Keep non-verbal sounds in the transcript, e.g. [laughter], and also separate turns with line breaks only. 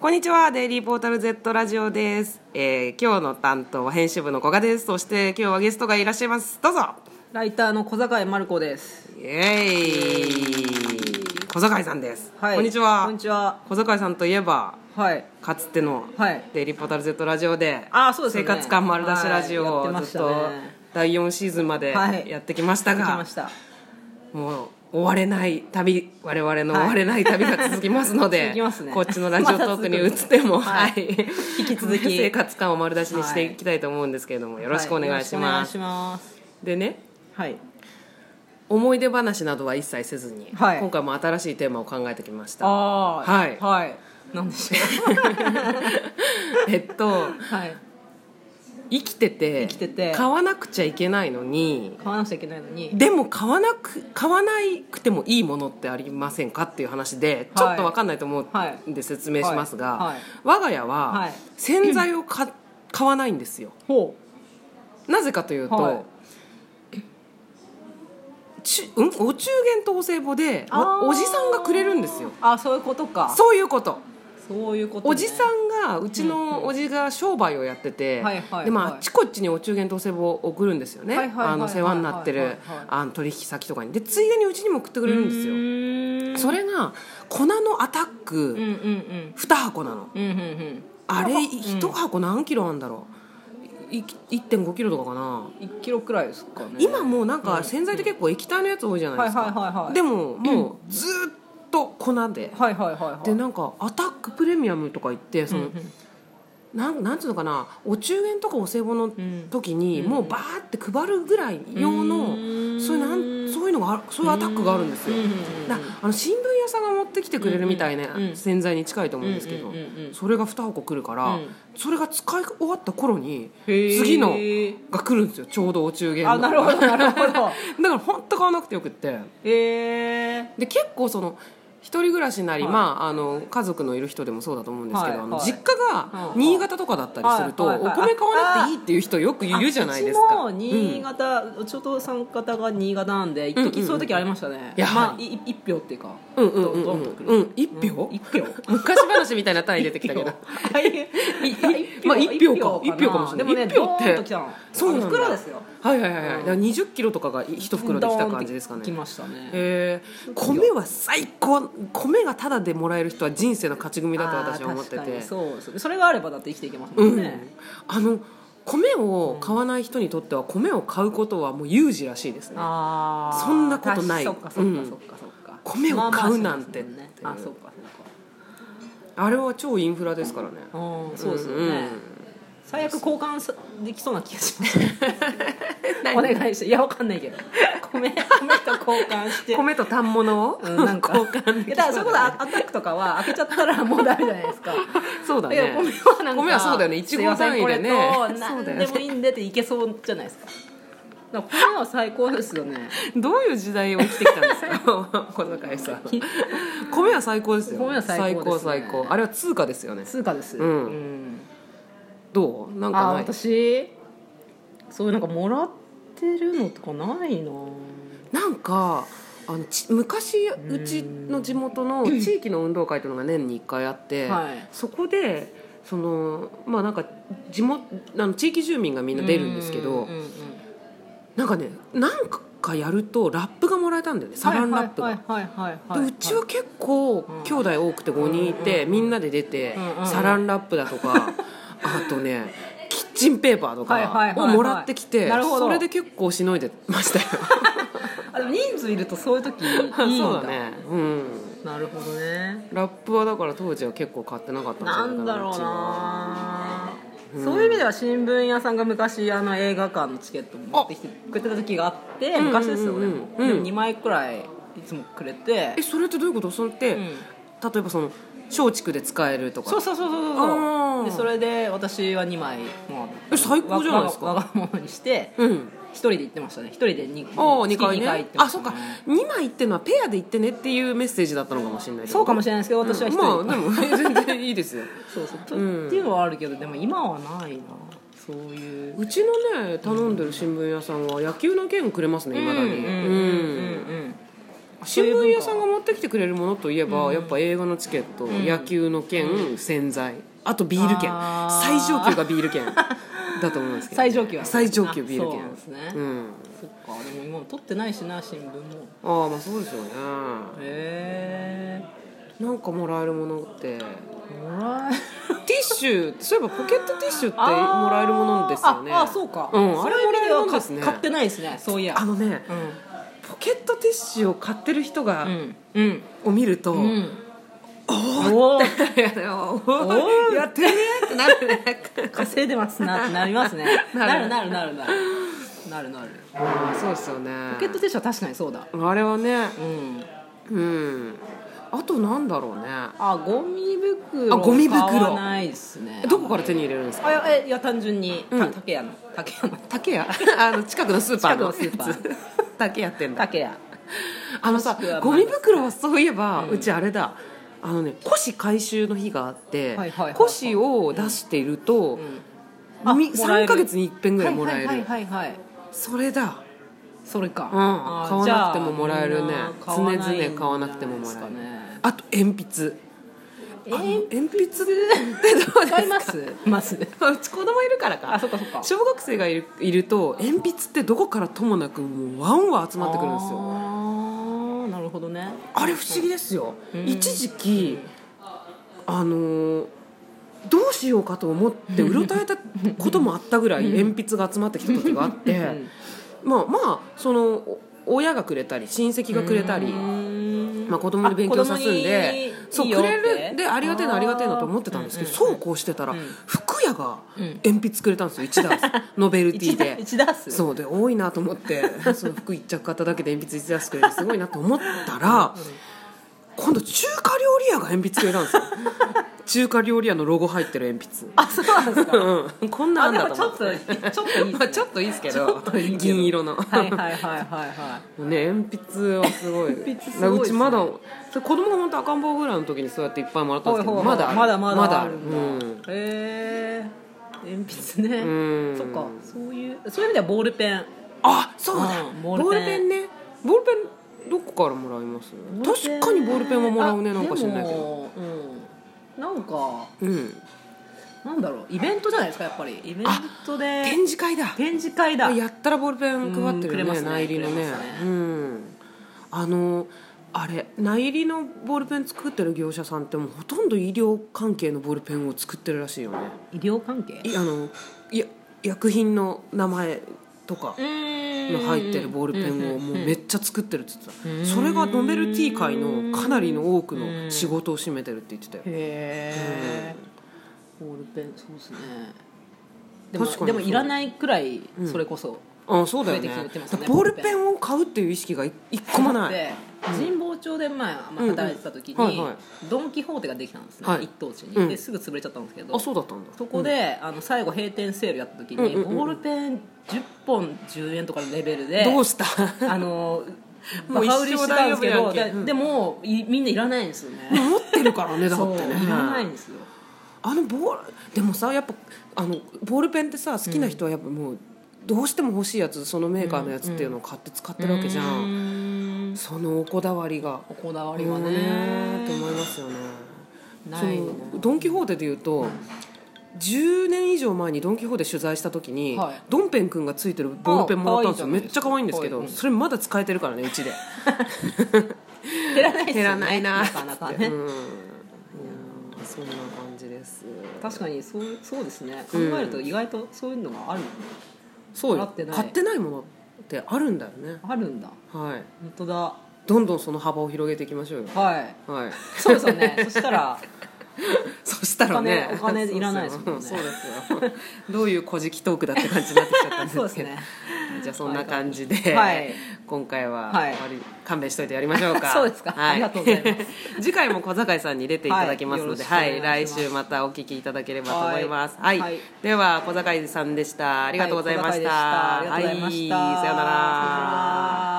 こんにちはデイリーポータル Z ラジオです、えー、今日の担当は編集部の古賀ですそして今日はゲストがいらっしゃいますどうぞ
ライターの小坂井丸子です。
イエーイ小坂井さんです、
はい。
こんにちは
こんにちは。
小坂井さんといえば
はい。
かつての
はい
デイリーポータル Z ラジオで、
あーそうです
生
よね
活感丸出しラジオ
は
を
いやってま
ず
し
った
ね
と第4シーズンまで
はい
やってきました
来
が、
ました。
もう終われない旅我々の終われない旅が続きますので、
[laughs] 続きますね
こっちのラジオトークに移っても、
[laughs] また
はい
続く引き続き
生活感を丸出しにしていきたいと思うんですけれども、よろしくお願いし
はいよろ
ま
し
す
くお願いします。
でね
はい。
思い出話などは一切せずに、
はい
今回も新しいテーマを考えてきました
あ
ーはい
はい。なんでしょ
[laughs] えっと
う。はい。
生きてて
生きてて
買わなくちゃいけないのに
買わなくちゃいけないのに。
でも買わなく買わなくてもいいものってありませんかっていう話でち
はい
ょっと分かんないと思うんで説明しますが、
はいはい
我が家は
はい
洗剤をか買わないんですよ
ほ
なぜかというと、
はい
ちうん、お中元とお歳暮で
あー
おおじさんがくれるんですよ
う。あ、そういうことか。
そういうこと
そういうこと、ね。
おじさんがうちのおじが商売をやってて、
はいはい
でまあ、
はい
あっちこっちにお中元とお歳暮を送るんですよね、
はいはいはいはい
あの世話になってる、
はいはい
あの取引先とかにでついでにうちにも送ってくれるんです
う
よ
ーん
それが粉のアタッ
うん
ク
うん
2箱なの、
うん。うんうんうん。
あれ1箱何キロあんだろうい1 5キロとかかな
一キロくらいですかね。
今もうなんか洗剤って結構液体のやつ多いじゃないです
はいはいはい
か
はい
でももうずーっと粉で
はいはいはいはい。
でなんかアタックプレミアムとか言ってその、なんなんていうのかなお中元とかお歳暮の時にもうバーって配るぐらい用の、
うん
そういうなんそういうのがあるそういうアタックがあるんですよ、
うんうんうん
なあの新聞屋さんが持ってきてくれるみたいな
うんうん
洗剤に近いと思うんですけど、
うんうんうんうん
それが2箱来るから、
うん
それが使い終わった頃に
へー
次のが来るんですよちょうどお中元の
あ、なるほどなるほ
[laughs] だ
ど。
から本当買わなくてよくって
えー。
で結構その一人暮らしなり、
はい
まあ、あの家族のいる人でもそうだと思うんですけど、
はい
あの
はい
実家が
うん
新潟とかだったりすると、
はいはいはい
お米買わなくていいっていう人よくいるじゃないです
あ
か
うちも新
うん
潟、うちょうどさん方が新潟なんで一時、
うんうんうん
そういう時ありましたね
やは
まあ、
り
いい一票っていうか
うんうんう
ど
ん
んどん
う
来
ん
る
うん一票
一票
昔話みたいな単位出てきたけど
はい一
まあ一票か一票かもしれない
でもね
一票って
ドーンと来たの
そうなんだ
あの袋ですよ
はいはいはいはい、
うん
だから20キロとかが一袋できた感じですかね
ドーンって来ましたね
えー米は最高米がタダでもらえる人は人生の勝ち組だと私は思って
あー確か
て
にそうそうそれがあればだって生きていけますも
うんん
ね、
あの米を買わない人にとっては米を買うことはもう有事らしいですね
ああ
そんなことない
そっかそっかそっかそっか、
米を買うなんて
まあまあそうですもねあそっか
あれは超インフラですからね
そっかうんそうですよね、
ん
最悪交換さできそうな気がします
[laughs]
お願いしていやわかんないけど米米と交換して
米と反物を、
うん、な
[laughs]
んか
交換
い
で
や
き
だ
そう
からそ
だ
ういうことアタックとかは開けちゃったらもうダメじゃないです
[laughs]
か
そうだ
いや
ね
米はなんか
米はそうだよね一合単位でね
すいませんこれと
そうだよ
何
ね
でもいいんでっていけそうじゃないですかだから米は最高ですよね
どういう時代を生きてきたんですか [laughs] この会社米は最高ですよ
米は最高ですね
最高最高あれは通貨ですよね
[laughs] 通貨です
うん
ん
どうなん
あ
かない
私そういうなんかもらってるのとかないな
なんかあのち昔うちの地元の地域の運動会というのが年に1回あって、
はい
そこでそのまあなんか地元あの地域住民がみんな出るんですけど、
うんうんうん
なんかねなんかやるとラップがもらえたんだよねサランラップが。
はいはいはいはいはい、
でうちは結構兄弟多くて5人いて、みんなで出て、
うんうん
サランラップだと
[laughs]
かあとねキッチンペーパーと
はいはい
か
はいは
を
い
もらってきて、
なるほど
それで結構しのいでましたよ
あでも人数いるとそういう時 [laughs] いいん
[laughs]
だ
そうだねうん
なるほどね
ラップはだから当時は結構買ってなかったんじゃ
な
ないか
ん
な
だろうな
うん
そういう意味では新聞屋さんが昔あの映画館のチケットを持ってきてくれてた時があって
ん
昔ですよ
う
ね、
んうんうん
でも2枚くらいいつもくれて
え、それってどういうことそれって、
うん
例えばその松竹で使えるとか
そうそうそうそう
あ
そ
ー
うでそれで私は2枚もう
え最高じゃないですか
わわがままにして
うん
一人で行ってましたね一人で二
おお2
月
回
二
ね
回行ってま
あ
し
そ
たね
っか2枚行ってのはペアで行ってねっていうメッセージだったのかもしれない
そうかもし
れ
れないですけど私は一人で行って
まあで
[laughs]
も全然いいですよ
そうそうと、
うん
っていうのはあるけどでも今はないなそういう
うちのね頼んでる新聞屋さんは野球の券くれますねいまだに
うんうんうんうん
新
そういう文
聞
化
屋さんが持ってきてくれるものといえば、
うん
やっぱ映画のチケット、
うん
野球の券、洗剤あとビール券
あ
最
ー
上級がビール券だと思うんですけどね、
最上級は
最上級ビール
そう
券
なんですね、
うん
そっかでも今も撮ってないしな新聞も
ああまあそうですよね
へ
なんかもらえるものって
えも
[laughs]
らえ
ティッシュそういえばポケットティッシュってもらえるものですよね
ああそうか、
うん、あ
そ
れ
ういう
も
意
らえ
味で
る
は
ものですね
買ってないですねそういや
あのね
うん
ポケットティッシュを買ってる人が、
うんうん
を見ると、 [laughs]
うんおお
いやでも
おー
やってねーってなるね [laughs]
稼いでますなってなりますねな
な
る
る
なるなるなるなるなる
あーそうですよね
ポケットティッシュは確かにそうだ
あれはね
うん
うんあとなんだろうね
あゴミ袋
あゴミ袋
買わないですね
どこから手に入れるんですか
あいやえいや単純に、た
うん
竹屋の竹屋の [laughs]
竹屋あの近くのスーパーの
近くのスーパー
やつ竹屋ってんだ
竹屋
あのさ
もしくは
ゴミ袋はそういえば、
う
うんちあれだあのね古紙回収の日があって、
はいはいはい
古紙を出していると、
うんあ
み
もら
3
える
か月に1遍ぐらいもらえる、
はいはいはい、はい、
それだ
それか、
うん
あー
買わなくてももらえるね
じゃあ買わないんじゃ
常々買わなくてももらえる
ないですかね
あと鉛筆
え
あの
ー
鉛筆ってどうですか
買いますます
うち [laughs] 子供いるからか
あそっかそっか
小学生がいるいると鉛筆ってどこからともなくもうワンワン集まってくるんですよ
ああなるほどね
あれ不思議ですよ、
うん
一時期あのーどうしようかと思ってうろたえたこともあったぐらい鉛筆が集まってきた時があって、まあまあそのお親がくれたり親戚がくれたり、まあ、子供に勉強さすんでそうくれるでありがてえなありがてえなと思ってたんですけど、そうこうしてたら、
うん
服屋が
うん
鉛筆くれたんですよ1ダ [laughs] ースノベルティ
一
で。
一ダース
そうで多いなと思って [laughs] その服一着買っただけで鉛筆一ダースくれてすごいなと思ったら今度中華料理屋が鉛筆くれたんです [laughs] よ中華料理屋のロゴ入ってる鉛筆
あそうなんですか
うんこん [laughs] な
あ
ん
で
だ
もち
と
ょ
思
っ
って
とちょっといいですね
まあちょっといいですけ
ちょ
ど
っといいけど
銀色の
はいはいはいはいは
ね鉛筆はすごい
鉛筆すごいですね
うちまだそれ子供が本当赤ん坊ぐらいの時にそうやっていっぱいもらったんですけど
ほいほいほい
まだある
まだまだ
まだあ
ある
る
んだ
うん
いへえ鉛筆ね
うん
そっかそういうそういう意味ではボールペン
あそうだ
うんボ
ボー
ールペン
ルペンねボールペンどこからもらいます確かにボールペンはもらうねなんか知んないけ
あで
ど
もうんなんか
うん
なんだろうイベントじゃないですかやっぱりイベントで
展示会だ
展示会だ
やったらボールペン配って
うんくれ
る
ます
ね
ね
内入りの
くれ
ね
ますね
うんあのあれ内入りのボールペン作ってる業者さんってもうほとんど医療関係のボールペンを作ってるらしいよね
医療関係
いあのいや薬品の名前とかの
の
入ってるボールペンをもうめっちゃ作ってるって言ってた、
うん
それがノベルティ界のかなりの多くの仕事を占めてるって言ってたよ、
へえ、ボールペンそうですねでも
確かに
でもいらないくらい
ん
それこそ、
あそうだよね
増えてきてますね
ボールペンを買うっていう意識が一一個もない
で神保町で前、まあ、
うんうん
働いてた時に、
はいはい
ドン・キホーテができたんですね、
はい
一等地に、
うん
ですぐ潰れちゃったんですけど
あそうだったんだ
そこで、あの最後閉店セールやった時に、
うんうんうん
ボールペン10本10円とかのレベルで
どうした [laughs]
あの
も
バ
う
カ売りしてたんですけど
一生大丈夫やんけ
で
うん
でもいみんないらないんですよね
持ってるからねだ
そう
っ
い
てね
らないんですよ
あのボールでもさやっぱあのボールペンってさ好きな人はやっぱもうどうしても欲しいやつそのメーカーのやつっていうのを買って使ってるわけじゃ
うー
ん、
ん
そのおこだわりが
おこだわ
あ
り
り
は
は
ね
ねって思いますよね
ないの
そのドン・キホーテでいうと、10年以上前にドン・キホーテ取材した時に、
はい
ドンペン君がついてるボールペンもらったんですよ
あ可愛いじゃない
めっちゃ可愛いんですけど、
可愛いうん
それまだ使えてるからねうち
[laughs]
で
減らないですよね
減らないな
なかなかね、
うんいやーそんな感じです
確かにそうそうですね考
うん
えると意外とそういうのがある、
そう
もら
よ
ってない
買ってないものってあるんだよね
あるんだ
はい
本当だ
どんどんその幅を広げていきましょうよ
はい [laughs]
はい
そうですよね
[laughs]
そしたら
そしたらね
お金お金いらないですもん
[laughs]
ね
そうですよどういう「古事記トーク」だって感じになってきちゃったんですけ
そ
ど
うですね
[laughs] じゃあそんな感じで、
はい
今回は、
はい
終わり勘弁しといてやりましょうか
[laughs] そうですかありがとうございます
[laughs] 次回も小坂井さんに出ていただきますので、
は
はいい
よろしくお願い
来
します
週またお聞きいただければと思います
は
はいい、
はい
では小坂井さんでしたありがとうございました,、
は小高でありがとうございました、
はいさようなら
さようなら